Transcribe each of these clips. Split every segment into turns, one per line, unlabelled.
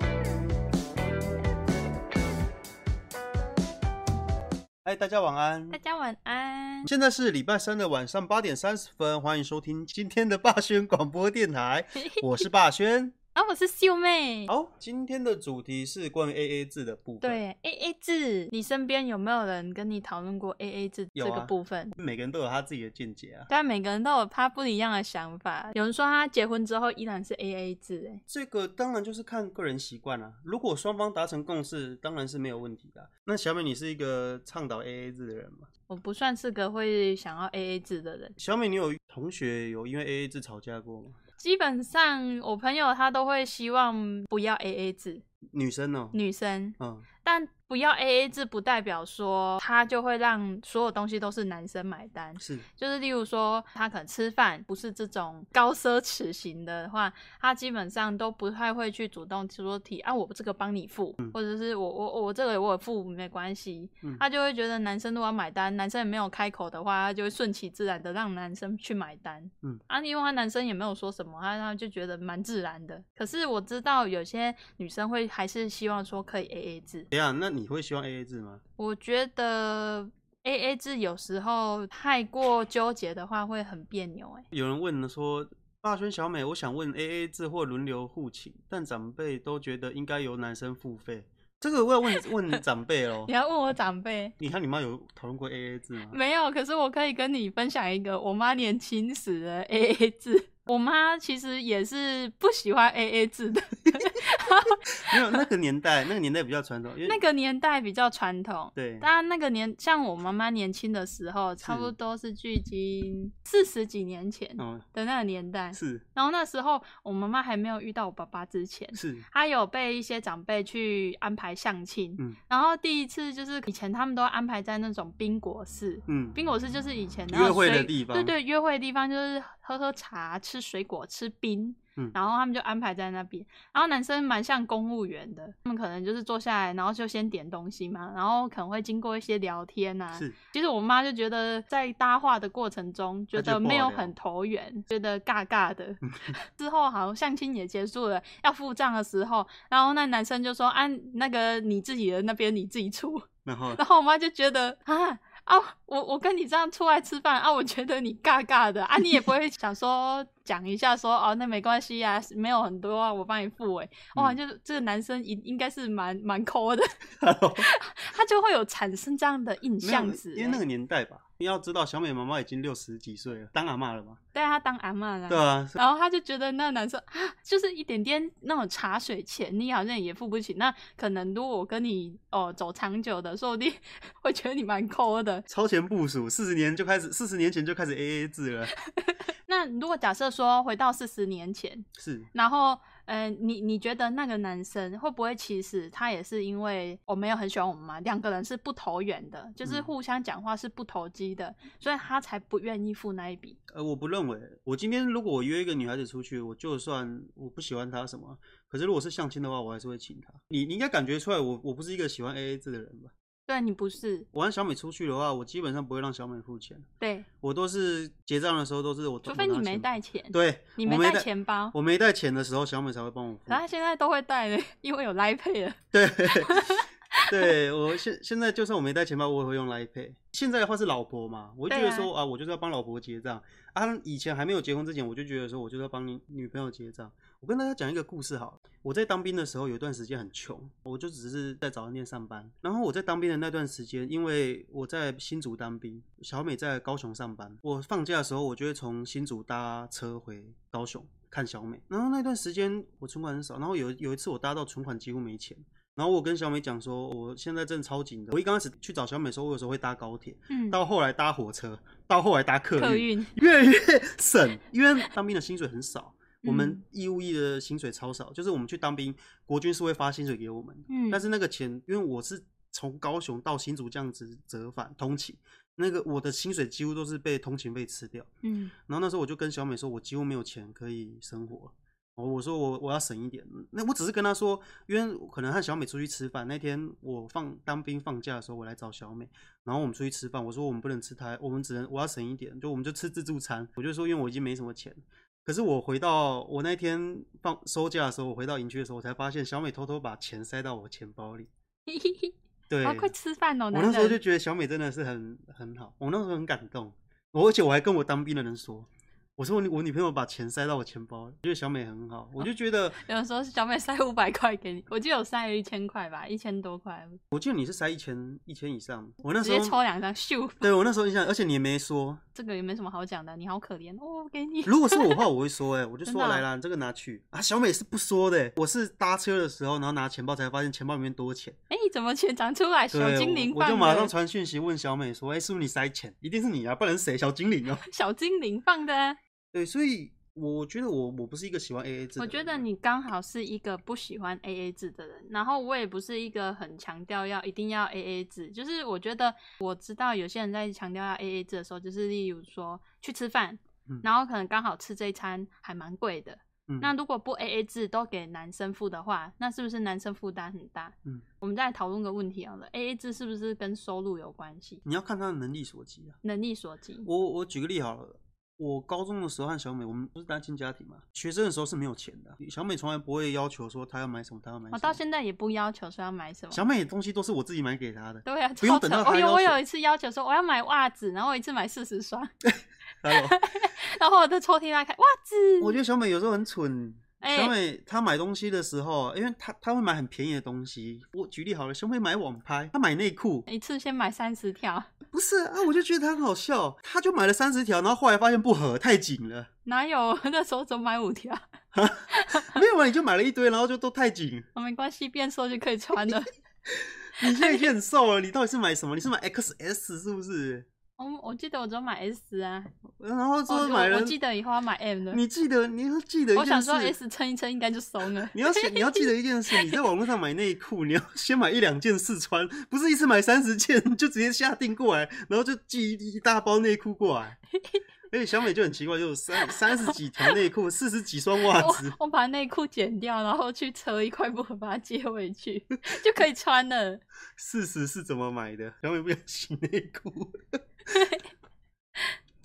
嗨，哎大家晚安
大。家晚安。
现在是礼拜三的晚上八点三十分，欢迎收听今天的霸轩广播电 台，我是霸轩。
啊，我是秀妹。
好，今天的主题是关于 AA 制的部分。，
对，A A 制，你身边有没有人跟你讨论过 A A 制
有
这个
啊
部分？
每个人都有他自己的见解啊。
但每个人都有他不一样的想法。有人说他结婚之后依然是 A A 制、哎，
这个当然就是看个人习惯啊。如果双方达成共识，当然是没有问题的啊、那小美，你是一个倡导 AA 制的人吗？
我不算是个会想要 A A 制的人。
小美，你有同学有因为 AA 制吵架过吗？
基本上，我朋友他都会希望不要 A A 制，
女生哦、
女生。
嗯，
但不要 A A 制不代表说他就会让所有东西都是男生买单。
嗯是
就是例如说，他可能吃饭不是这种高奢侈型的话，他基本上都不太会去主动说提啊，我这个帮你付，或者是我我我这个我付没关系，
嗯
他就会觉得男生如果要买单，男生也没有开口的话，他就会顺其自然的让男生去买单。
嗯，
啊，因为他男生也没有说什么，他他就觉得蛮自然的。可是我知道有些女生会还是希望说可以 A A 制，
怎样？那你会希望 AA 制吗？
我觉得 A A 制有时候太过纠结的话会很别扭、欸，
有人问说，霸轩小美，我想问 A A 制或轮流互请，但长辈都觉得应该由男生付费。这个我要问问长辈哦
你。要问我长辈
你看你妈有讨论过 A A 制吗？
没有？可是我可以跟你分享一个我妈年轻时的 A A 制。我妈其实也是不喜欢 A A 制的，
没有，那个年代，那个年代比较传统，因为
那个年代比较传统。
对
当然，那个年像我妈妈年轻的时候，差不多是距今四十几年前
哦
的那个年代。
是
然后那时候我妈妈还没有遇到我爸爸之前，
是
他有被一些长辈去安排相亲，
嗯
然后第一次就是以前他们都安排在那种宾果室，
嗯
宾果室就是以前那
约
种
会的
水
地方
对对，约会的地方就是喝喝茶、吃水果、吃冰，
嗯
然后他们就安排在那边。然后男生蛮像公务员的，他们可能就是坐下来，然后就先点东西嘛，然后可能会经过一些聊天啊，
是
其实我妈就觉得在搭话的过程中，觉
觉得
得
不好
没有
聊嗯
很投缘，觉得尬尬的。 之后好像相亲也结束了，要付账的时候，然后那男生就说：“啊，那个你自己的那边你自己出。
然后”
然后我妈就觉得啊。啊，我我跟你这样出来吃饭啊，我觉得你尬尬的啊，你也不会想说讲一下说哦，那没关系啊，没有很多啊，我帮你付哎、哇，
嗯
就是这个男生应应该是蛮蛮抠的，
Hello
他就会有产生这样的印
没有
象值、
因为
欸
那个年代吧，你要知道小美妈妈已经六十几岁了，当阿嬷了嘛。
带他当阿嬷啦。
对啊，是
然后他就觉得那个男生 啊，就是一点点那种茶水钱，你好像也付不起。那可能如果我跟你哦走长久的，说不定会觉得你蛮抠的。
超前部署，四十年就开始，四十年前就开始 A A 制了，
那如果假设说回到四十年前，
是
然后呃，你你觉得那个男生会不会其实他也是因为我没有很喜欢我妈，两个人是不投缘的，就是
嗯
互相讲话是不投机的，所以他才不愿意付那一笔。
呃，我不认为，我今天如果我约一个女孩子出去，我就算我不喜欢她什么，可是如果是相亲的话，我还是会请她。你你应该感觉出来我，我不是一个喜欢 AA 制的人吧？
对你不是
我和小美出去的话，我基本上不会让小美付钱，
对，
我都是结账的时候都是我。
除
我
非
拿
你没
钱
带钱，
对，
你
我
没
没
带钱包
我没带钱的时候，小美才会帮我付
然。后他现在都会带的，因为有 Line Pay 了。
对， 对我现现在就算我没带钱包，我也会用 Line Pay。现在的话是老婆嘛，我就觉
对
得
啊
说啊我就是要帮老婆结账啊。以前还没有结婚之前，我就觉得说我就是要帮你女朋友结账。我跟大家讲一个故事好了，我在当兵的时候有一段时间很穷，我就只是在早餐店上班。然后我在当兵的那段时间，因为我在新竹当兵，小美在高雄上班。我放假的时候，我就会从新竹搭车回高雄看小美。然后那段时间我存款很少，然后有有一次我搭到存款几乎没钱。然后我跟小美讲说，我现在真的超紧的。我一刚开始去找小美的时候，我有时候会搭高铁，
嗯，
到后来搭火车，到后来搭客
客
运，
运
越来越省，因为当兵的薪水很 少。我们
嗯
义务役的薪水超少，就是我们去当兵，国军是会发薪水给我们，
嗯
但是那个钱，因为我是从高雄到新竹这样子折返通勤，那个我的薪水几乎都是被通勤费吃掉。
嗯，
然后那时候我就跟小美说，我几乎没有钱可以生活。哦，我说我我要省一点。那我只是跟她说，因为可能和小美出去吃饭那天，我放当兵放假的时候，我来找小美，然后我们出去吃饭，我说我们不能吃太，我们只能我要省一点，就我们就吃自助餐。我就说，因为我已经没什么钱。可是我回到我那天放收假的时候，我回到营区的时候，我才发现小美偷偷把钱塞到我钱包里。对，
啊，快吃饭哦，
我
男
那时候就
人。
觉得小美真的是很很好，我那时候很感动，我而且我还跟我当兵的人说，我说我女我女朋友把钱塞到我钱包，我觉得小美很好，我就觉得、
有人说小美塞五百块给你，我记得有塞了一千块吧，一千多块，
我记得你是塞一千一千以上，我那
直
时
接
候
抽两张，咻，
对我那时候印象，而且你也没说，
这个也没什么好讲的，你好可怜哦，给你。
如果是我的话，我会说、哎，我就
真
说
的啊
来啦，你这个拿去啊。小美是不说的、欸我是搭车的时候，然后拿钱包才发现钱包里面多钱。
哎、怎么钱长出来？小
对，
精灵
我我就
放
马上
的，
传讯息问小美说，哎、是不是你塞钱？一定是你啊，不然谁？小精灵哦、
小精灵放的啊。
对，所以我觉得我我不是一个喜欢 AA 制的人，
我觉得你刚好是一个不喜欢 A A 制的人，然后我也不是一个很强调要一定要 A A 制，就是我觉得我知道有些人在强调要 A A 制的时候，就是例如说去吃饭
嗯，
然后可能刚好吃这一餐还蛮贵的，
嗯
那如果不 A A 制都给男生付的话，那是不是男生负担很大？
嗯，
我们再来讨论个问题好了，A A 制是不是跟收入有关系？
你要看他的能力所及啊。
能力所及，
我我举个例好了。我高中的时候和小美，我们不是单亲家庭嘛，学生的时候是没有钱的啊。小美从来不会要求说她要买什么，她要买什么。
我哦到现在也不要求说要买什么。
小美的东西都是我自己买给她的。
对啊，
不用
超
等
扯
到
我
他
有
要
我
求
有一次要求说我要买袜子，然后我一次买四十双，
Hello
然后我的抽屉拉开，袜子。
我觉得小美有时候很蠢。
哎
小美她买东西的时候，因为她她会买很便宜的东西。我举例好了，小美买网拍，她买内裤，
一次先买三十条，
不是啊，我就觉得她很好笑。她就买了三十条，然后后来发现不合，太紧了。
哪有 那时候只买五条？
没有啊，你就买了一堆，然后就都太紧。
啊，没关系，变瘦就可以穿 了。
你现在已经很瘦了，你到底是买什么？你是买 XS 是不是？
我哦我记得我只有买 S 啊，
然后
我
说买
我
了，
我记得以后要买 M 的。
你记得你要记得一
我
件
想
事。
说，S 撑一撑应该就松了
你要先你要记得一件 事，你在网络上买内裤，你要先买一两件试穿，不是一次买三十件就直接下定过来，然后就寄一一大包内裤过 来。而且小美就很奇怪，就有三三十几条内裤，四十几双袜
我
子，
我把内裤剪掉，然后去扯一块布把它接回去，就可以穿了。
事实是怎么买的？ 小美不想洗内 裤。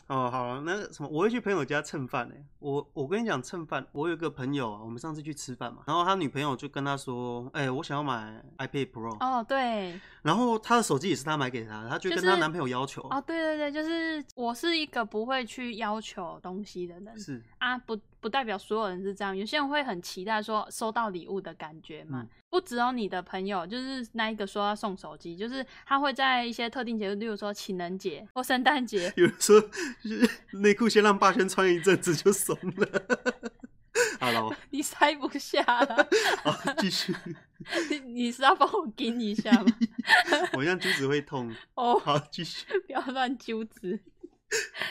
哦，好了，那个什么，我会去朋友家蹭饭哎、我我跟你讲蹭饭，我有一个朋友啊，我们上次去吃饭嘛，然后他女朋友就跟他说，哎、我想要买 iPad Pro，、
哦，对，
然后他的手机也是他买给他的，他就
就
跟
是
他男朋友要求，啊
哦，对对对，就是我是一个不会去要求东西的人
是
啊，不不代表所有人是这样，有些人会很期待说收到礼物的感觉嘛。
嗯
不只有你的朋友，就是那一个说要送手机，就是他会在一些特定节日，例如说情人节或圣诞
，
节
有人说就是内裤先让霸轩穿一阵子就松了。 好了，
你塞不下了，
好继续，
你你是要帮我盯一下吗？
我这样揪子会痛。
哦，
好，继续，
不要乱揪子。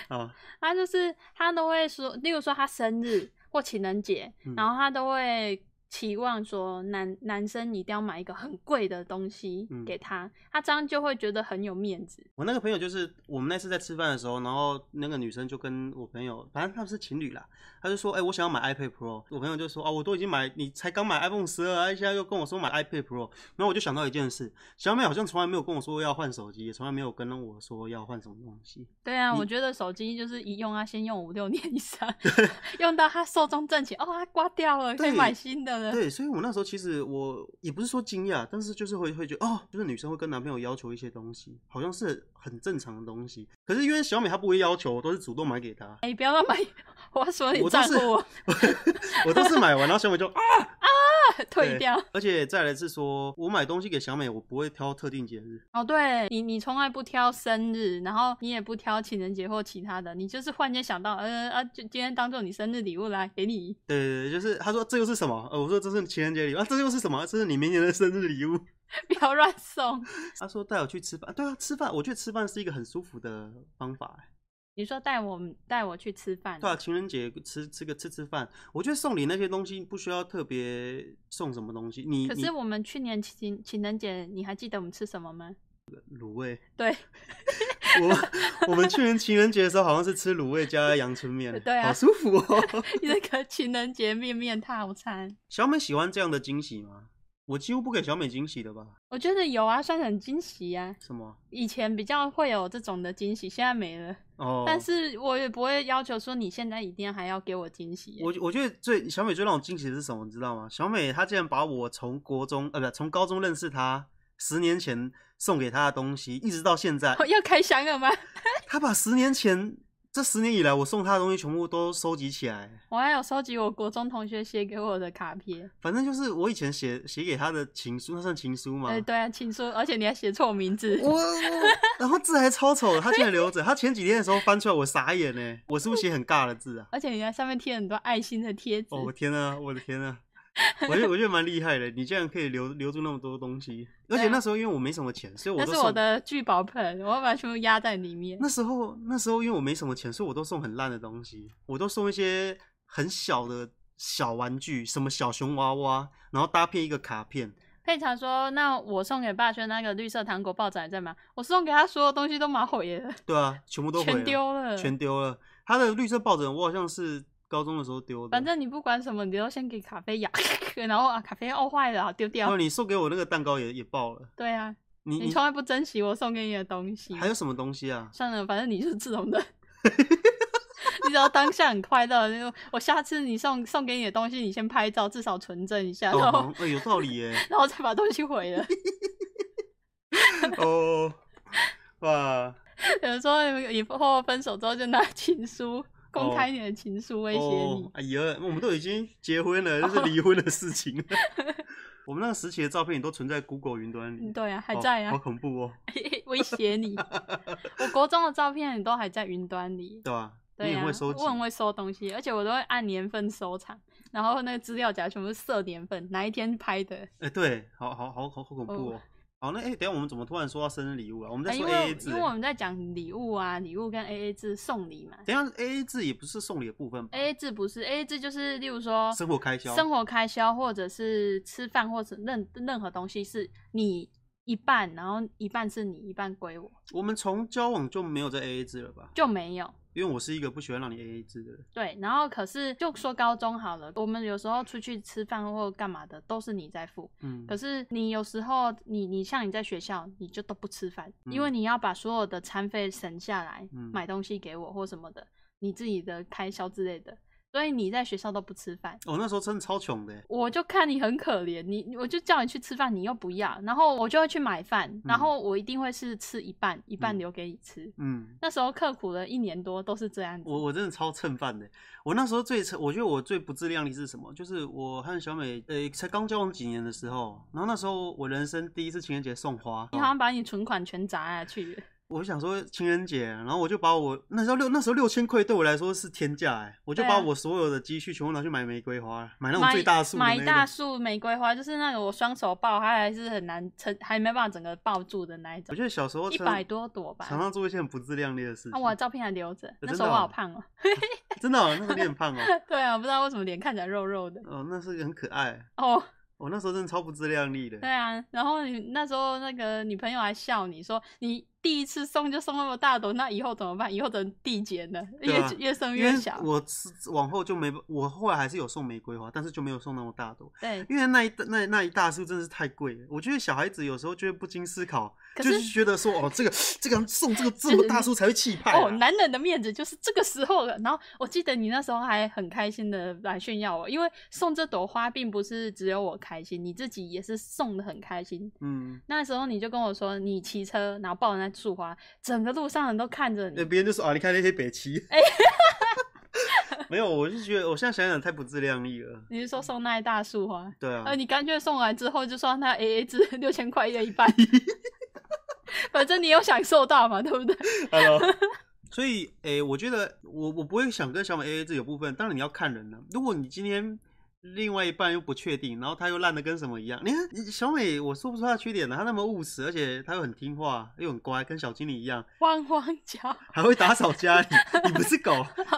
好，
他就是他都会说，例如说他生日或情人节，
嗯
然后他都会期望说男男生一定要买一个很贵的东西
嗯
给他，他这样就会觉得很有面子。
我那个朋友就是我们那次在吃饭的时候，然后那个女生就跟我朋友，反正他们是情侣啦，她就说：“哎、我想要买 iPad Pro。”我朋友就说：“啊，我都已经买，你才刚买 iPhone 十二啊，现在又跟我说买 iPad Pro。”然后我就想到一件事，小美好像从来没有跟我说要换手机，也从来没有跟我说要换什么东西。
对啊，
你
我觉得手机就是一用啊，先用五六年以上， 用到他寿终正寝，哦，他刮掉了，可以
对
买新的了。
对，所以我那时候其实我也不是说惊讶，但是就是会会觉得哦，就是女生会跟男朋友要求一些东西，好像是很正常的东西。可是因为小美她不会要求，我都是主动买给她，
哎、不要乱买，我要说你
我都
账
是
户我
我都是买完，然后小美就啊。
退
对
掉。
而且再来是说，我买东西给小美，我不会挑特定节日。
哦，对你，你从来不挑生日，然后你也不挑情人节或其他的，你就是忽然间想到，呃啊，就今天当做你生日礼物来给你。
对对对，就是她说这又是什么？呃，我说这是情人节礼物啊，这又是什么？这是你明年的生日礼物。
不要乱送。
她说带我去吃饭，对啊，吃饭，我觉得吃饭是一个很舒服的方法、欸。
你说带我们带我去吃饭，
对啊，情人节吃吃个吃吃饭，我觉得送礼那些东西不需要特别送什么东西，你
可
你
是我们去年情情人节，你还记得我们吃什么吗？
卤味，
对，
我我们去年情人节的时候好像是吃卤味加阳春面，
对啊
好舒服哦。
那个情人节面面套餐，
小美喜欢这样的惊喜吗？我几乎不给小美惊喜的吧？
我觉得有啊，算很惊喜啊。
什么？
以前比较会有这种的惊喜，现在没了。
哦，
但是我也不会要求说你现在一定还要给我惊喜 啊、
我我觉得最小美最让我惊喜的是什么，你知道吗？小美她竟然把我从国中呃不从高中认识她，十年前送给他的东西，一直到现在，
要开箱了吗？
他把十年前这十年以来我送他的东西全部都收集起来。
我还有收集我国中同学写给我的卡片，
反正就是我以前写写给他的情书，那算情书吗？
哎、对啊，情书，而且你还写错名字，
我我，然后字还超丑的，他竟然留着。他前几天的时候翻出来，我傻眼呢。我是不是写很尬的字啊？
而且你还上面贴很多爱心的贴纸。
哦，我天啊，我的天 啊！我觉得我觉得蛮厉害的，你竟然可以留留住那么多东西。而且那时候因为我没什么钱，所以我
啊那
都
是
送
我的聚宝盆，我要把它全部压在里面。
那时候那时候因为我没什么钱，所以我都送很烂的东西，我都送一些很小的小玩具，什么小熊娃娃，然后搭配一个卡片。
佩茶说：“那我送给霸轩那个绿色糖果抱仔在吗？我送给他所有东西都蛮毁了，
对啊，全部都毁
全
了，
丢了。
全丢了。他的绿色抱枕我好像是高中的时候丢的，
反正你不管什么，你都先给咖啡咬， 然后啊，咖啡哦坏了，丢
然
掉
后。你送给我那个蛋糕也也爆了。
对啊，
你
你从来不珍惜我送给你的东西。
还有什么东西 啊？
算了，反正你就是这种人。 你只要当下很快乐，就我下次你送送给你的东西，你先拍照，至少存证一下，
哦，
然
好
后
哎有道理 耶。
然后再把东西毁了。
哦，哇，
有人说以后分手之后就拿情书公开
哦
你的情书威胁你
哦，。哎呀，我们都已经结婚 了，这是离婚的事情了。我们那个时期的照片也都存在 Google 云端
嗯，
里，
对啊，还
哦
在啊
好，恐怖哦，
威胁你。 我国中的照片都还在云端里，
对吧？你
对
也
啊，
会收集
我，很会收东西，而且我都会按年份收藏，然后那个资料夹全部是设年份，哪一天拍的。
哎，对，好好好好好恐怖
哦
哦。好，那哎，等一下我们怎么突然说到生日礼物啊？我们
啊
在
因
说
为
AA
因
制
为我
欸。
们在讲礼物啊，礼物跟 AA 制送礼嘛。
等一下 AA 制也不是送礼的部分吧？
AA 制不是 AA 制，就是例如说
生活开销，
生活开销，或者是吃饭，或者任任何东西是你一半，然后一半是你，一半归我，
我们从交往就没有在 AA 制了吧？
就没有。
因为我是一个不喜欢让你 AA 制的人。
对，然后可是就说高中好了，我们有时候出去吃饭或干嘛的，都是你在付。
嗯
可，是你有时候你你像你在学校，你就都不吃饭，因为
嗯
你要把所有的餐费省下来，
嗯
买东西给我或什么的，你自己的开销之类的，所以你在学校都不吃饭。
我哦那时候真的超穷的欸，
我就看你很可怜，你我就叫你去吃饭，你又不要，然后我就会去买饭，然
嗯
后我一定会是吃一半，一半
嗯
留给你吃。
嗯，
那时候刻苦了一年多，都是这样子。
我我真的超蹭饭的。我那时候最蹭，我觉得我最不自量力是什么？就是我和小美，呃、才刚交往几年的时候，然后那时候我人生第一次情人节送花，
你好像把你存款全砸下去了，
我就想说情人节，然后我就把我那时候六那时候六千块对我来说是天价哎、我就
对啊
把我所有的积蓄全部拿去买玫瑰花，买那种
买
最大束的
买
那
大
个。
束玫瑰花，就是那个我双手抱，它还是很难撑，还没办法整个抱住的那一
我
种
觉，得小时候
一
常
百多朵吧。
常常做一些很不自量力的事
啊，
情。
我的照片还留着，
真
那
的
时候我
哦
好胖哦。
真的、哦，那时候你很胖哦，
对啊，不知道为什么脸看起来肉肉的。
哦，那是很可爱。
哦，
我那时候真的超不自量力的
对。啊，然后你那时候那个女朋友还笑你说，你第一次送就送那么大朵，那以后怎么办？以后等递减呢，
对
越
啊
越送
因为
越小。
我是往后就没，我后来还是有送玫瑰花，但是就没有送那么大朵，
对，
因为那一那那一大束真的是太贵了。我觉得小孩子有时候就会不经思考，
可
就是是觉得说哦，这个这个送这个这么大束才会气派、啊。
哦，男人的面子就是这个时候了。然后我记得你那时候还很开心的来炫耀我，因为送这朵花并不是只有我开心，你自己也是送的很开心。
嗯，
那时候你就跟我说，你骑车然后抱着那束花，整个路上人都看着
那
你。
别人就说啊，你看那些北齐。
哎
没有，我就觉得我现在想想太不自量力了。
你是说送那一大束花？
对啊，
呃，你干脆送完之后就说那 A A 制六千块一人一半，反正你有享受到嘛，对不对？
Hello。所以，诶、我觉得我我不会想跟小美 AA 制有部分，当然你要看人了。如果你今天另外一半又不确定，然后他又烂的跟什么一样，你看你小美，我说不出她的缺点呢，她那么务实，而且她又很听话，又很乖，跟小精灵一样，
汪汪叫
还会打扫家里。 你不是狗，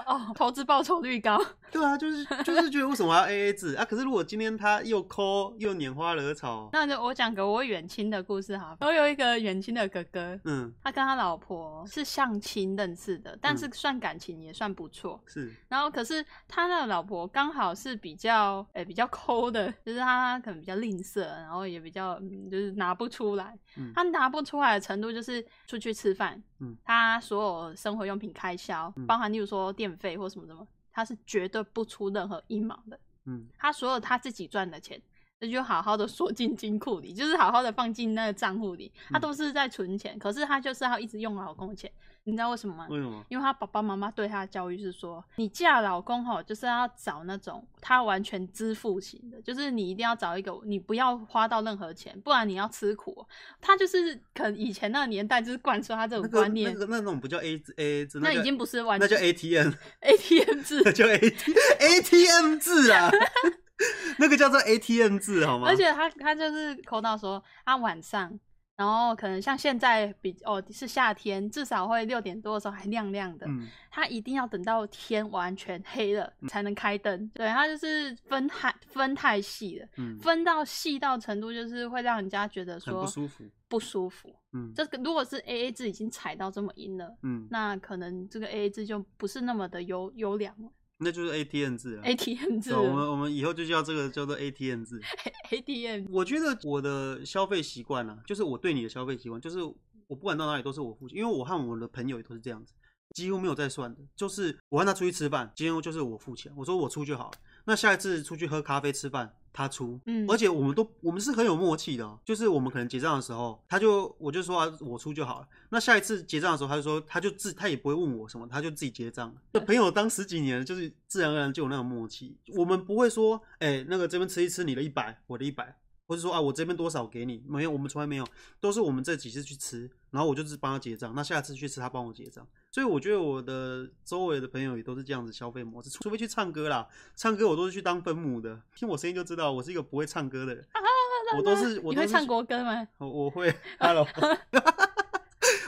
哦，投资报酬率高，
对啊，就是就是觉得为什么还要 AA 制啊？可是如果今天他又抠又拈花惹草，
那就我讲个我远亲的故事哈。我有一个远亲的哥哥，
嗯，
他跟他老婆是相亲认识的，但是
嗯
算感情也算不错。
是
然后可是他那个老婆刚好是比较诶、比较抠的，就是他可能比较吝啬，然后也比较、嗯就是拿不出来。
嗯
他拿不出来的程度就是出去吃饭，
嗯
他所有生活用品开销，包含例如说电费或什么什么，他是绝对不出任何一毛的。
嗯
他所有他自己赚的钱，那就好好的 锁进金库里，就是好好的放进那个账户里。他
嗯
都是在存钱，可是他就是要一直用老公的钱，你知道为什么吗？
为什么？
因为她爸爸妈妈对她的教育是说，你嫁老公吼，就是要找那种他完全支付型的，就是你一定要找一个，你不要花到任何钱，不然你要吃苦哦。她就是可能以前那个年代就是灌输她这
那
种
个
观
那
念，
个那种不叫 A 制 A 制，
那
叫
已经不是完
那叫
全
ATM，
ATM 制
那，叫 A ATM 制啊，那个叫做 ATM 制好吗？
而且他他就是口到说，他晚上，然后可能像现在比哦是夏天，至少会六点多的时候还亮亮的，
嗯，
他一定要等到天完全黑了才能开灯。对，他就是分太分太细了，
嗯
分到细到程度，就是会让人家觉得
很
说
不舒服。
不舒服。
嗯
这个如果是 A A 制已经踩到这么阴了，
嗯，
那可能这个 A A 制就不是那么的优优良了。
那就是 ATM 制啊。
A T M 制
对我们我们以后就叫这个叫做 ATM 制。
，A T M
我觉得我的消费习惯啊，就是我对你的消费习惯，就是我不管到哪里都是我付钱，因为我和我的朋友也都是这样子，几乎没有在算的。就是我和他出去吃饭，今天就是我付钱，我说我出就好了。那下一次出去喝咖啡吃饭，他出，
嗯
而且我们都我们是很有默契的哦、就是我们可能结账的时候，他就我就说、啊、我出就好了。那下一次结账的时候，他就说他就自他也不会问我什么，他就自己结账了。 就朋友当十几年了，就是自然而然就有那种默契。我们不会说，哎、那个这边吃一吃你的一百，我的一百，或者说啊我这边多少给你，没有，我们从来没有，都是我们这几次去吃，然后我就是帮他结账，那下次去吃他帮我结账。所以我觉得我的周围的朋友也都是这样子消费模式，除除非去唱歌啦，唱歌我都是去当分母的，听我声音就知道我是一个不会唱歌的人。 我都是我
你
都
会
是
唱
去
国歌吗？
我我会，Hello，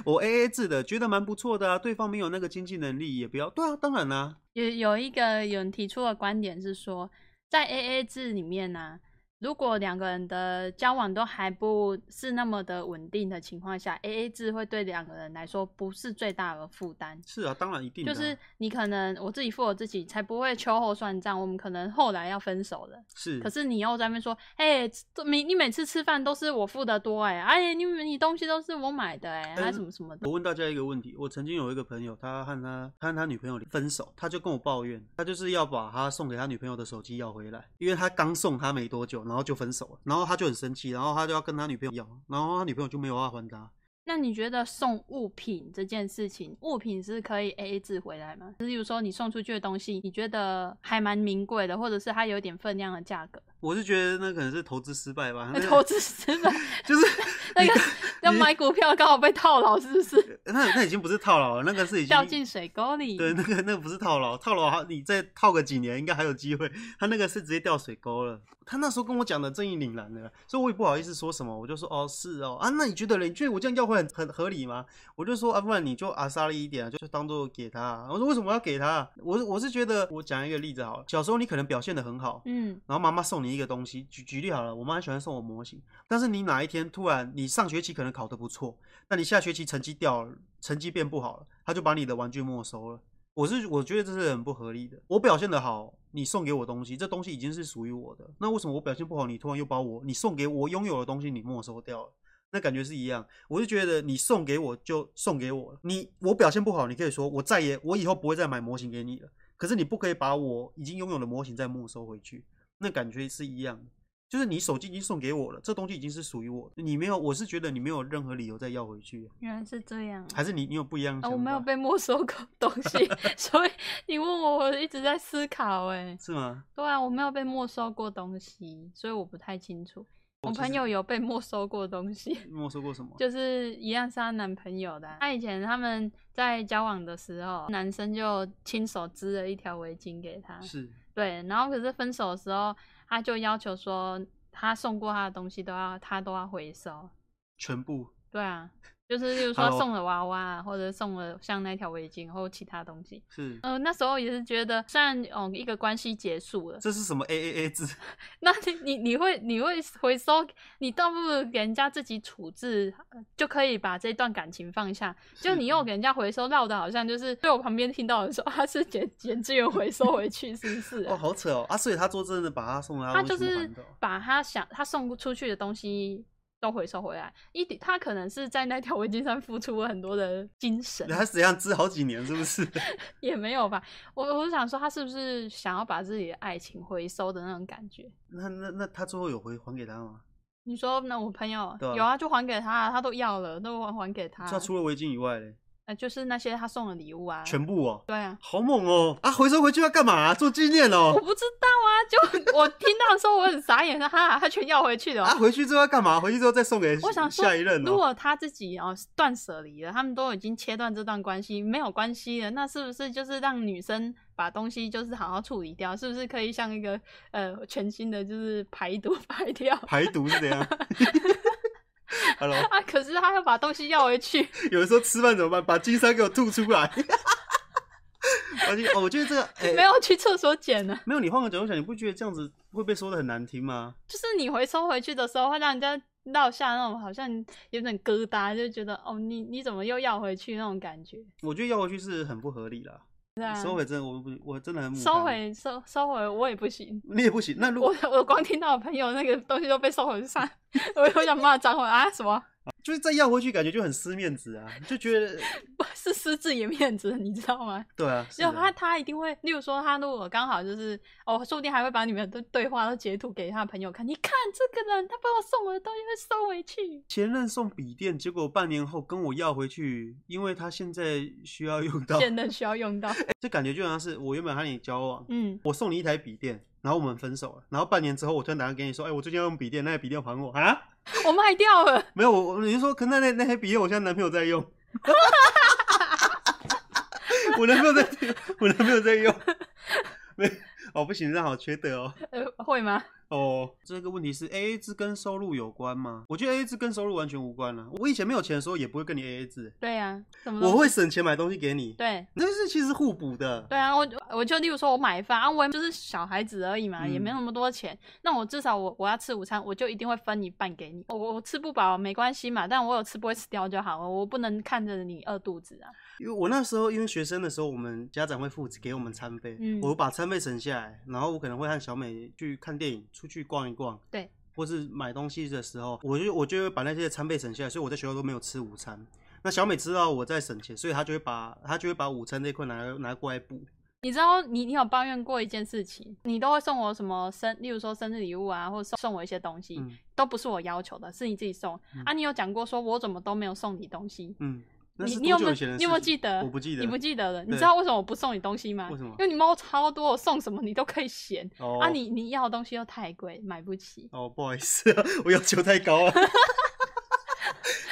我 A A 制的，觉得蛮不错的啊。对方没有那个经济能力，也不要。对啊，当然啦、
有有一个有人提出的观点是说，在 A A 制里面呢、如果两个人的交往都还不是那么的稳定的情况下，A A 制会对两个人来说不是最大的负担。
是啊，当然一定的
就
啊、
是你可能我自己付我自己，才不会秋后算账。我们可能后来要分手了，
是
可是你又在那边说，哎、这每你每次吃饭都是我付的多、哎，哎，你你东西都是我买的、哎，还
嗯
什么什么的
我。问大家一个问题：我曾经有一个朋友，他和他他和他女朋友分手，他就跟我抱怨，他就是要把他送给他女朋友的手机要回来，因为他刚送他没多久，然后就分手了，然后他就很生气，然后他就要跟他女朋友要，然后他女朋友就没有要还他。
那你觉得送物品这件事情，物品是可以 A A 制回来吗？例如说你送出去的东西，你觉得还蛮名贵的，或者是它有点分量的价格，
我是觉得那可能是投资失败吧，那
投 资失败，
就是
那
你
个要
你
买股票刚好被套牢，是不是？
那那已经不是套牢了，那个是已经
掉进水沟里。
对，那个那个不是套牢，套牢还你再套个几年应该还有机会。他那个是直接掉水沟了。他那时候跟我讲的正义凛然的，所以我也不好意思说什么，我就说哦是哦啊，那你觉得嘞？你觉得我这样要回很很合理吗？我就说啊，不然你就阿莎利一点啊，就就当做给他啊。我说为什么要给他？我是我是觉得我讲一个例子好了，小时候你可能表现的很好，
嗯，
然后妈妈送你一个东西，举举例好了，我妈很喜欢送我模型，但是你哪一天突然你上学期可能考得不错，那你下学期成绩掉了，成绩变不好了，她就把你的玩具没收了。我是我觉得这是很不合理的。我表现得好，你送给我东西，这东西已经是属于我的，那为什么我表现不好，你突然又把我你送给我拥有的东西你没收掉了？那感觉是一样，我就觉得你送给我就送给我了，你我表现不好，你可以说我再也我以后不会再买模型给你了，可是你不可以把我已经拥有的模型再没收回去。那感觉是一样的。就是你手机已经送给我了，这东西已经是属于我的，你没有，我是觉得你没有任何理由再要回去，
原来是这样啊。
还是你你有不一样的想
啊，
法？
我没有被没收 过东西，所以你问我，我一直在思考、哎，
是吗？
对啊，我没有被没收过东西，所以我不太清楚。我
其
朋
实
友有被没收过东西，
没收过什么？
就是一样是她男朋友的啊、她以前他们在交往的时候，男生就亲手织了一条围巾给她，
是
对，然后可是分手的时候，她就要求说，她送过她的东西都要她都要回收，
全部
对啊，就是例如说
Hello
送了娃娃啊，或者送了像那条围巾或其他东西，
是，
呃，那时候也是觉得，虽然哦一个关系结束了，
这是什么 A A A 制？
那你你你会你会回收，你倒不如给人家自己处置，呃就可以把这段感情放下。就你
嗯
又给人家回收，绕的好像就是对我旁边听到的说他是捡捡资源回收回去，是不是、
哦，好扯哦啊！所以他做真的把他送了，
他就
为什么
是
还的哦
把他想他送出去的东西都回收回来。一点，他可能是在那条围巾上付出了很多的精神，
他怎样治好几年是不是？
也没有吧。我我是想说，他是不是想要把自己的爱情回收的那种感觉？
那那那他最后有回还给他吗？
你说那我朋友
对啊
有啊，就还给他，他都要了，都还还给他。
他除了围巾以外嘞，
呃，就是那些他送的礼物啊，
全部哦，
对啊。
好猛哦！啊，回收回去要干嘛、做纪念
我
哦。
不知道啊， 就我听到的时候我很傻眼，哈，他全要回去了哦。
啊，回去之后要干嘛？回去之后再送给
我想说
下一任
如
哦。
果他自己哦断舍离了，他们都已经切断这段关系，没有关系了，那是不是就是让女生把东西就是好好处理掉？是不是可以像一个呃全新的就是排毒 排掉？
排毒是怎样 ？Hello，
啊，可是他要把东西要回去，
有人说吃饭怎么办？把金沙给我吐出来。 而且哦，我觉得这个哎、
没有去厕所捡啊呢。
没有，你换个角度想，你不觉得这样子会被说的很难听吗？
就是你回收回去的时候，会让人家落下那种好像有点疙瘩，就觉得哦，你你怎么又要回去那种感觉？
我觉得要回去是很不合理啦。
对啊，
收回真的，我不，我真的很母
收
汤
回收收回我也不行。
你也不行。那如
我
果
我光听到我朋友那个东西都被收回上， 我我想骂脏话啊！什么？
就是再要回去，感觉就很失面子啊，就觉得
不是失自己的面子，你知道吗？
对 啊，是
就他
啊
他一定会，例如说他如果刚好就是哦，说不定还会把你们的对话都截图给他的朋友看。你看这个人，他把我送我的东西会收回去，
前任送笔电，结果半年后跟我要回去，因为他现在需要用到，
现任需要用到。
这感觉就好像是我原本和你交往，
嗯，
哎我送你一台笔电，然后我们分手了，然后半年之后我突然打电话给你说，哎，我最近要用笔电，那台笔电还我啊？
我卖掉了。
没有，我我你是说，可那那那台笔电我现在男朋友在用， 我男朋友在 听，我男朋友在用， 没哦不行，这样好缺德哦。
呃，会吗？
哦，这个问题是 A A 制跟收入有关吗？我觉得 A A 制跟收入完全无关了、啊我以前没有钱的时候也不会跟你 A A 制，欸
对呀、什么？
我会。省钱买东西给你，
对
那是其实互补的。
对啊，我我就例如说，我买饭啊，我也就是小孩子而已嘛，
嗯
也没那么多钱。那我至少我我要吃午餐，我就一定会分一半给你。我我吃不饱没关系嘛，但我有吃不会吃掉就好了，我不能看着你饿肚子啊。
因为我那时候因为学生的时候，我们家长会付给我们餐费，
嗯
我把餐费省下来，然后我可能会和小美去看电影，出去逛一逛，
对，
或是买东西的时候，我就我就会把那些餐费省下来，所以我在学校都没有吃午餐。那小美知道我在省钱，所以她就会把她就会把午餐这一块拿拿过来补。
你知道你你有抱怨过一件事情，你都会送我什么生，例如说生日礼物啊，或者送送我一些东西，
嗯
都不是我要求的，是你自己送、啊。你有讲过说我怎么都没有送你东西，
嗯，那
你
是
你
多
有
久
没有
以前的
你有没有
事情
记得？
我不记得，
你不记得了。你
对
知道为什么我不送你东西吗？
为什么
因为你猫超多，我送什么你都可以嫌、
哦
啊你！你要的东西又太贵，买不起。
哦，不好意思， 我要求太高了。啊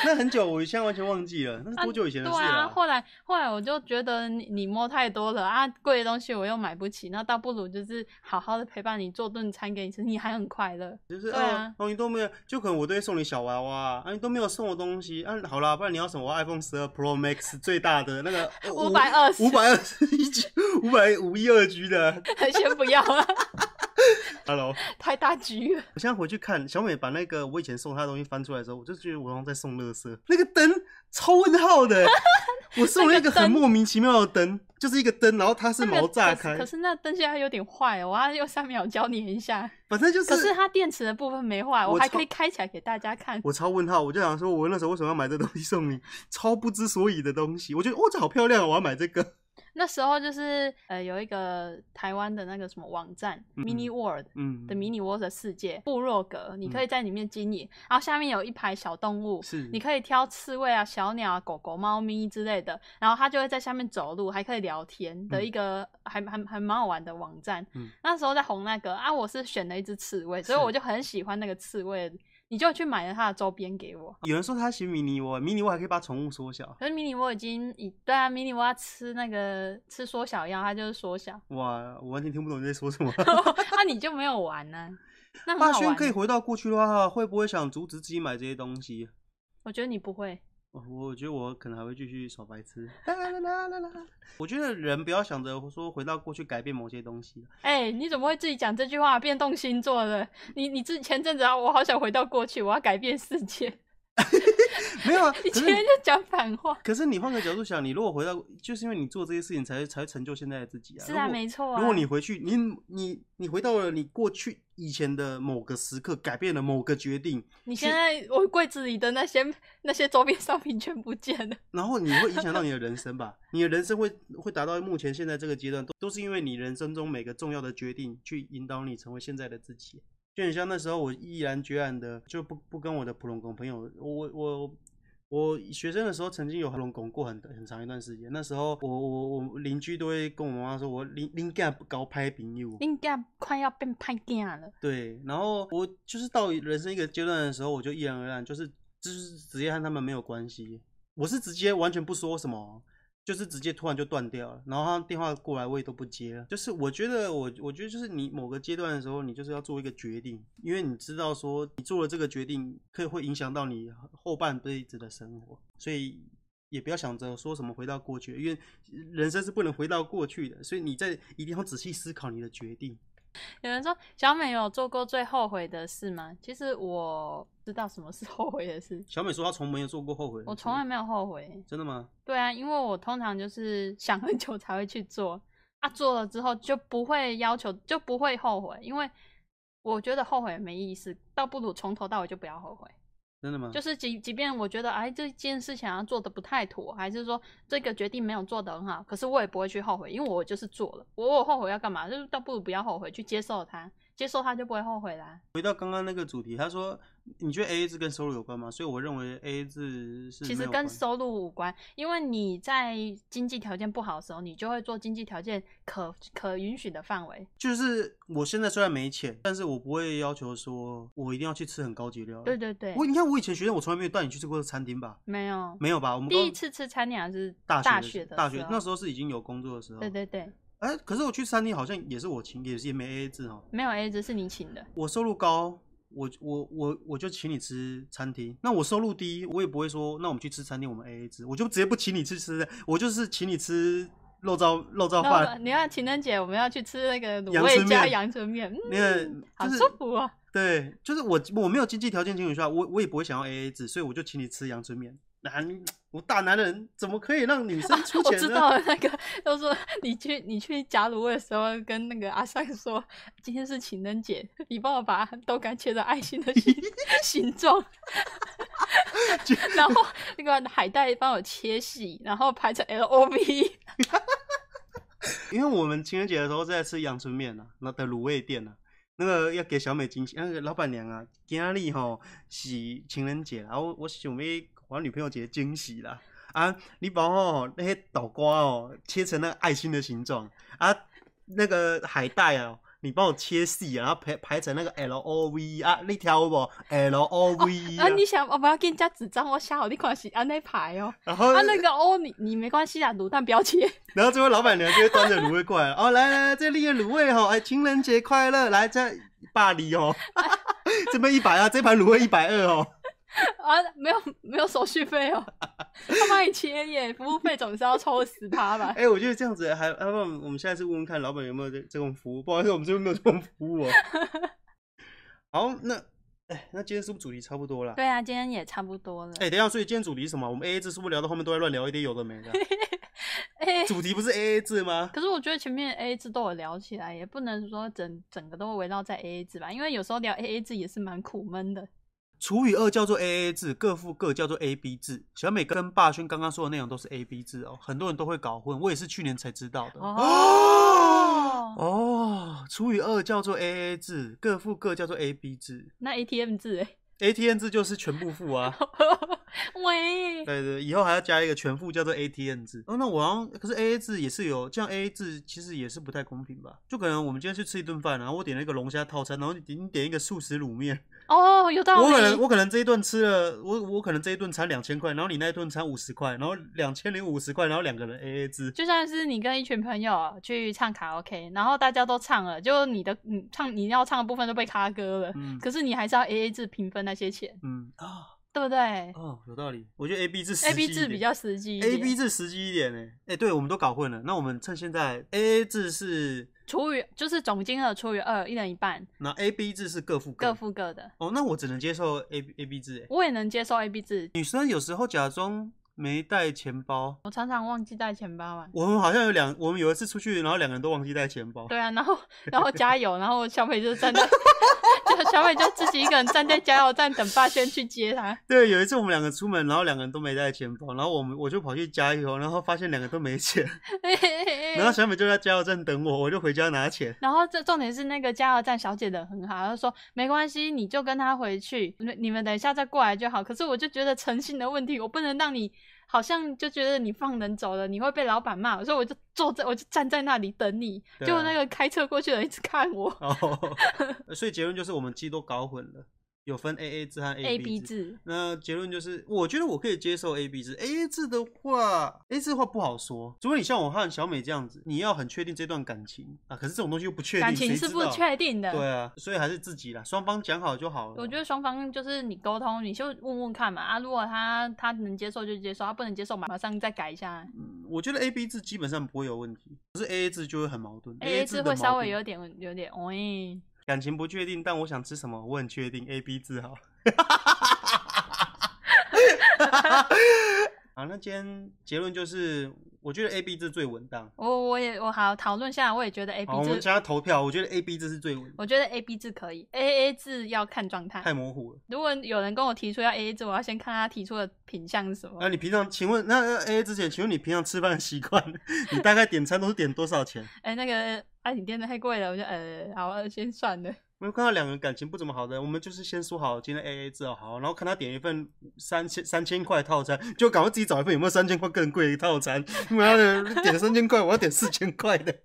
那很久，我现在完全忘记了，那是多久以前的
对
事了、
啊，后来后来我就觉得你你摸太多了啊，贵的东西我又买不起，那倒不如就是好好的陪伴你做顿餐给你吃，你还很快乐。
就是
对啊
哦，你都没有，就可能我都会送你小娃娃啊，啊你都没有送我东西，啊，好啦，不然你要什么我 iPhone 十二 Pro Max 最大的那个呃
520
五百二十一 G 五百五一二 G 的啊
先不要了，
，Hello，
太大局了。
我现在回去看小美把那个我以前送她的东西翻出来的时候，我就觉得我好像在送乐色，那个灯超问号 的，欸我送了一个很莫名其妙的灯，就是一个灯，然后它是
那
毛
个
炸
可是
开
可，是那灯现在有点坏哦了，我要用三秒教你一下。
反正就
可是它电池的部分没坏，
我
我还
超
可以开起来给大家看。
我超问号，我就想说，我那时候为什么要买这东西送你？超不知所以的东西，我觉得哦，这好漂亮啊，我要买这个。
那时候就是呃，有一个台湾的那个什么网站、m i n i World
嗯
的 Mini World 的世界部落格，你可以在里面经营，然后下面有一排小动物。
是
你可以挑刺猬啊、小鸟啊、狗狗、猫咪之类的，然后它就会在下面走路，还可以聊天的一个、还还还蛮好玩的网站。
嗯
那时候在红那个啊，我是选了一只刺猬，所以
是
我就很喜欢那个刺猬，你就去买了它的周边给我。
哦有人说它喜欢迷你窝，迷你窝还可以把宠物缩小。
可是迷你我已经以对啊，迷你我要吃那个吃缩小药，它就是缩小。
哇，我完全听不懂你在说什么。
那、啊你就没有玩呢、那很
霸
好
轩
玩。欸
可以回到过去的话，会不会想阻止自己买这些东西？
我觉得你不会，
哦我觉得我可能还会继续耍白痴。我觉得人不要想着说回到过去改变某些东西，啊
哎、你怎么会自己讲这句话变动星座了？你你之前阵子啊，我好想回到过去，我要改变世界。
没有啊，
你
可
今
是
天就讲反话。
可是你换个角度想，你如果回到，就是因为你做这些事情才才成就现在的自己啊。
是
如
啊，
果
没错啊。
如果你回去，你你你回到了你过去以前的某个时刻，改变了某个决定，
你现在我柜子里的那些那些周边商品全不见了，
然后你会影响到你的人生吧？你的人生会会达到目前现在这个阶段，都都是因为你人生中每个重要的决定去引导你成为现在的自己。就很像那时候我毅然决然的就不不跟我的普龙宫朋友，我我我学生的时候曾经有普龙宫过很很长一段时间。那时候我我我邻居都会跟我妈妈说，我灵灵感不高拍朋友。
应该快要变派电了。
对，然后我就是到人生一个阶段的时候，我就毅然而然，就是就是直接和他们没有关系。我是直接完全不说什么，就是直接突然就断掉了，然后他电话过来我也都不接了。就是我觉得我我觉得就是你某个阶段的时候，你就是要做一个决定，因为你知道说你做了这个决定，可以会影响到你后半辈子的生活，所以也不要想着说什么回到过去，因为人生是不能回到过去的，所以你在一定要仔细思考你的决定。
有人说小美有做过最后悔的事吗？其实我知道什么是后悔的事，
小美说她从没有做过后悔的事，
我从来没有后悔。
真的吗？
对啊，因为我通常就是想很久才会去做，啊，做了之后就不会要求，就不会后悔，因为我觉得后悔没意思，倒不如从头到尾就不要后悔。
真的吗？
就是即即便我觉得哎这件事情好像做的不太妥，还是说这个决定没有做得很好，可是我也不会去后悔，因为我就是做了，我我后悔要干嘛？就是倒不如不要后悔，去接受它，接受它就不会后悔啦。
回到刚刚那个主题，他说你觉得 A A 制跟收入有关吗？所以我认为 A A 制是
其
没
实
有
跟
关
收入无关，因为你在经济条件不好的时候，你就会做经济条件可可允许的范围。
就是我现在虽然没钱，但是我不会要求说我一定要去吃很高级的料理。
对对对，
我你看我以前学生，我从来没有带你去吃过餐厅吧？
没有。
没有吧？我们
第一
高
次吃餐厅好像是
大
大
学
学
的
的
大学那
时
时候是已经有工作的时候。
候，对。对对，
哎、可是我去餐厅好像也是我请，也是也没 A A 制哦。
没有 A 只是你请的。
我收入高，我我我我就请你吃餐厅。那我收入低，我也不会说，那我们去吃餐厅，我们 A A 制，我就直接不请你吃吃，我就是请你吃肉燥肉燥
那我
饭。
你看情人节我们要去吃那个
阳
卤味
春
加
面
阳春面，嗯，
那个
好
就是
舒服哦。
对，就是我我没有经济条件情况下，我我也不会想要 A A 制，所以我就请你吃阳春面。男，我大男人怎么可以让女生出
我
钱
知
呢？
道了，那个就说你去你去夹卤味的时候，跟那个阿尚说，今天是情人节，你帮我把豆干切成爱心的 形形状， 然后那个海带帮我切细，然后排成 L O V。
因为我们情人节的时候是在吃阳春面啊，那的卤味店啊，那个要给小美惊喜，那个老板娘啊，今天吼是情人节啦，然后我想要给我女朋友节惊喜啦。啊，你把吼那些豆瓜哦切成那个爱心的形状啊，那个海带啊，你帮我切细啊，然后排排成那个 L O V 啊，你听有无？L O V
啊，你想我把它给你加纸张，我写好你款是按那排哦。
然后
啊，那个哦，你你没关系啦，卤蛋不要切。
然后最后老板娘就会端着卤味过来， 哦，来来来，这里有卤味哦，哎，情人节快乐，来这巴黎哦， 这边一百啊，这盘卤味一百二哦，
啊，没有没有手续费哦， 他帮你切耶，服务费总是要抽十趴吧？
哎、我觉得这样子还，要不然我们下次问问看老板有没有这这种服务，不好意思，我们这边没有这种服务哦。好，那哎，那今天是不是主题差不多了？
对啊，今天也差不多了。
哎、等一下，所以今天主题是什么？我们 A A 制是不是聊到后面都在乱聊一堆有的没的？
哎、
主题不是 A A 制吗？
可是我觉得前面 A A 制都有聊起来，也不能说整整个都围绕在 A A 制吧，因为有时候聊 A A 制也是蛮苦闷的。
除以二叫做 A A 制，各付各叫做 A B 制。小美跟霸轩刚刚说的内容都是 A B 制哦，很多人都会搞混，我也是去年才知道的。
哦
哦，除以二叫做 A A 制，各付各叫做 A B 制。
那 A T M 制、欸，
A T N 制就是全部付啊，
喂，
对对，以后还要加一个全付叫做 A T N 制。哦，那我好像可是 A A 制也是有，这样 A A 制其实也是不太公平吧？就可能我们今天去吃一顿饭，然后我点了一个龙虾套餐，然后你点你点一个素食卤面，
哦，有道理。
我可能我可能这一顿吃了，我我可能这一顿餐两千块，然后你那一顿餐五十块，然后两千零五十块，然后两个人 A A 制。
就像是你跟一群朋友去唱卡拉 OK，然后大家都唱了，就你的你唱你要唱的部分都被卡歌了，
嗯
可是你还是要 A A 制平分那些钱，
嗯啊
对不对
哦，有道理。我觉得 A B 制
？A B 制比较实际一点。
欸 A B 制实际一点呢、欸。哎、对，我们都搞混了。那我们趁现在 A A 制是
除以就是总金额除以二，一人一半，
那 A B 制是各付
各付各的。
哦，那我只能接受 A A B 制欸。
我也能接受 A B 制，
女生有时候假装没带钱包，
我常常忘记带钱包啊。
我们好像有两，我们有一次出去，然后两个人都忘记带钱包。
对啊，然后然后加油，然后小美就站在，就小美就自己一个人站在加油站等霸轩去接她。
对，有一次我们两个出门，然后两个人都没带钱包，然后我们我就跑去加油，然后发现两个都没 钱，
哎
然后小美就在加油站等我，我就回家拿钱。
然后这重点是那个加油站小姐人很好，她就说没关系，你就跟她回去，你们你们等一下再过来就好。可是我就觉得诚信的问题，我不能让你好像就觉得你放人走了，你会被老板骂。所以我就坐在，我就站在那里等你。
对啊
结果那个开车过去的人一直看我。
哦，所以结论就是我们其实都搞混了，有分 A A 制和
A
A
B
B 制。
制，
那结论就是，我觉得我可以接受 A B 制。A A 制的话，A 制的话不好说，除非你像我和小美这样子，你要很确定这段感情啊。可是这种东西又不确定，
感情
谁
是
知
不
道
确定的。
对啊，所以还是自己啦，双方讲好就好了。
我觉得双方就是你沟通，你就问问看嘛啊，如果他他能接受就接受，啊他不能接受马马上再改一下。
嗯，我觉得 A B 制基本上不会有问题，可是 A A 制就会很矛盾。
A A
制
制
的
会稍
矛
微
盾
有点有点，哦耶
感情不确定，但我想吃什么，我很确定 A B 制好。 好，那今天结论就是，我觉得 A B 制最稳当。
我我也我好讨论下来，我也觉得 A B
好，我们
制，
加投票，我觉得 A B 制是最稳，
我觉得 A B 制可以，A A 制要看状态。
太模糊了。
如果有人跟我提出要 A A 制，我要先看他提出的品相是什么。
那、你平常，请问那 A A 之前，请问你平常吃饭的习惯， 你大概点餐都是点多少钱？
哎、那个啊，你店的太贵了，我就呃，好，呃先算了。
我们看到两个感情不怎么好的，我们就是先说好今天 A A 制哦好，然后看他点一份三千三千块套餐，就赶快自己找一份有没有三千块更贵的套餐。 妈的，点三千块，我要点四千块的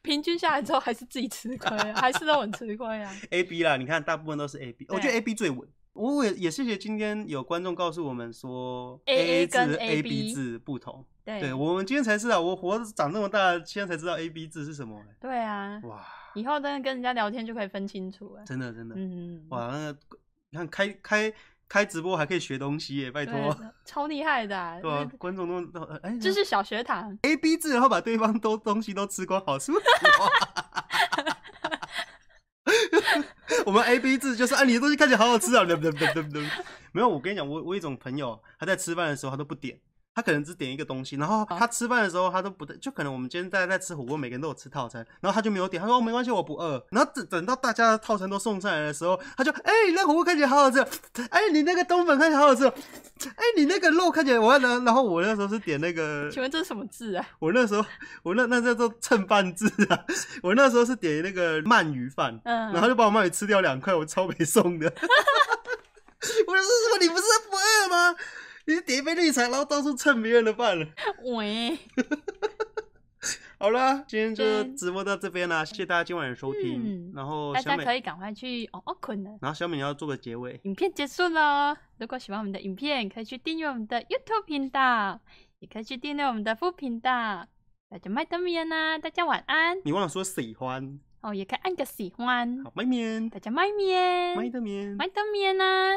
平均下来之后还是自己吃亏啊，还是都很吃亏 啊。
A B 啦。你看，大部分都是 A B，我觉得
对
A B 最稳。我也也谢谢今天有观众告诉我们说
AA
制
跟
A B
AB
制不同。
对
对我们今天才知道，我活长这么大，现在才知道 A B 制是什么、欸
对啊，
哇，
以后真的跟人家聊天就可以分清楚了。
真的真的，
嗯，
哇，那个你看开开开直播还可以学东西耶，拜
对
托。，
超厉害的、啊，
对啊
那，
观众都都哎，
这是小学堂。
A B 制，然后把对方都东西都吃光，好舒服哦。 我们 A B 制就是，啊，你的东西看起来好好吃啊，没有，我跟你讲，我我有一种朋友，他在吃饭的时候他都不点，他可能只点一个东西，然后他吃饭的时候他都不，就可能我们今天大家在吃火锅，每个人都有吃套餐，然后他就没有点，他说、哦、没关系，我不饿。然后等等到大家的套餐都送上来的时候，他就哎、那火锅看起来好好吃，哎、你那个冬粉看起来好好吃，哎、你那个肉看起来我要拿，然后我那时候是点那个
请问这是什么字啊？
我那时候，我那那叫做蹭饭制啊！我那时候是点那个鳗鱼饭，
嗯，
然后就把我鳗鱼吃掉两块，我超没送的。 我就说什么你不是不饿吗？你点一杯绿茶，然后到处蹭别人的饭了。
喂，
好啦，今天就
嗯
直播到这边啦，谢谢大家今晚的收听。
嗯
然后
大
小
家
美，
可以赶快去哦哦困了。
然后小美你要做个结尾。
影片结束了。如果喜欢我们的影片，可以去订阅我们的 YouTube 频道，也可以去订阅我们的副频道。大家麦登面啦，大家晚安
你忘了说喜欢，
哦，也可以按个喜欢。
好，麦面，
大家麦面，
麦的面，
麦登面啦。啊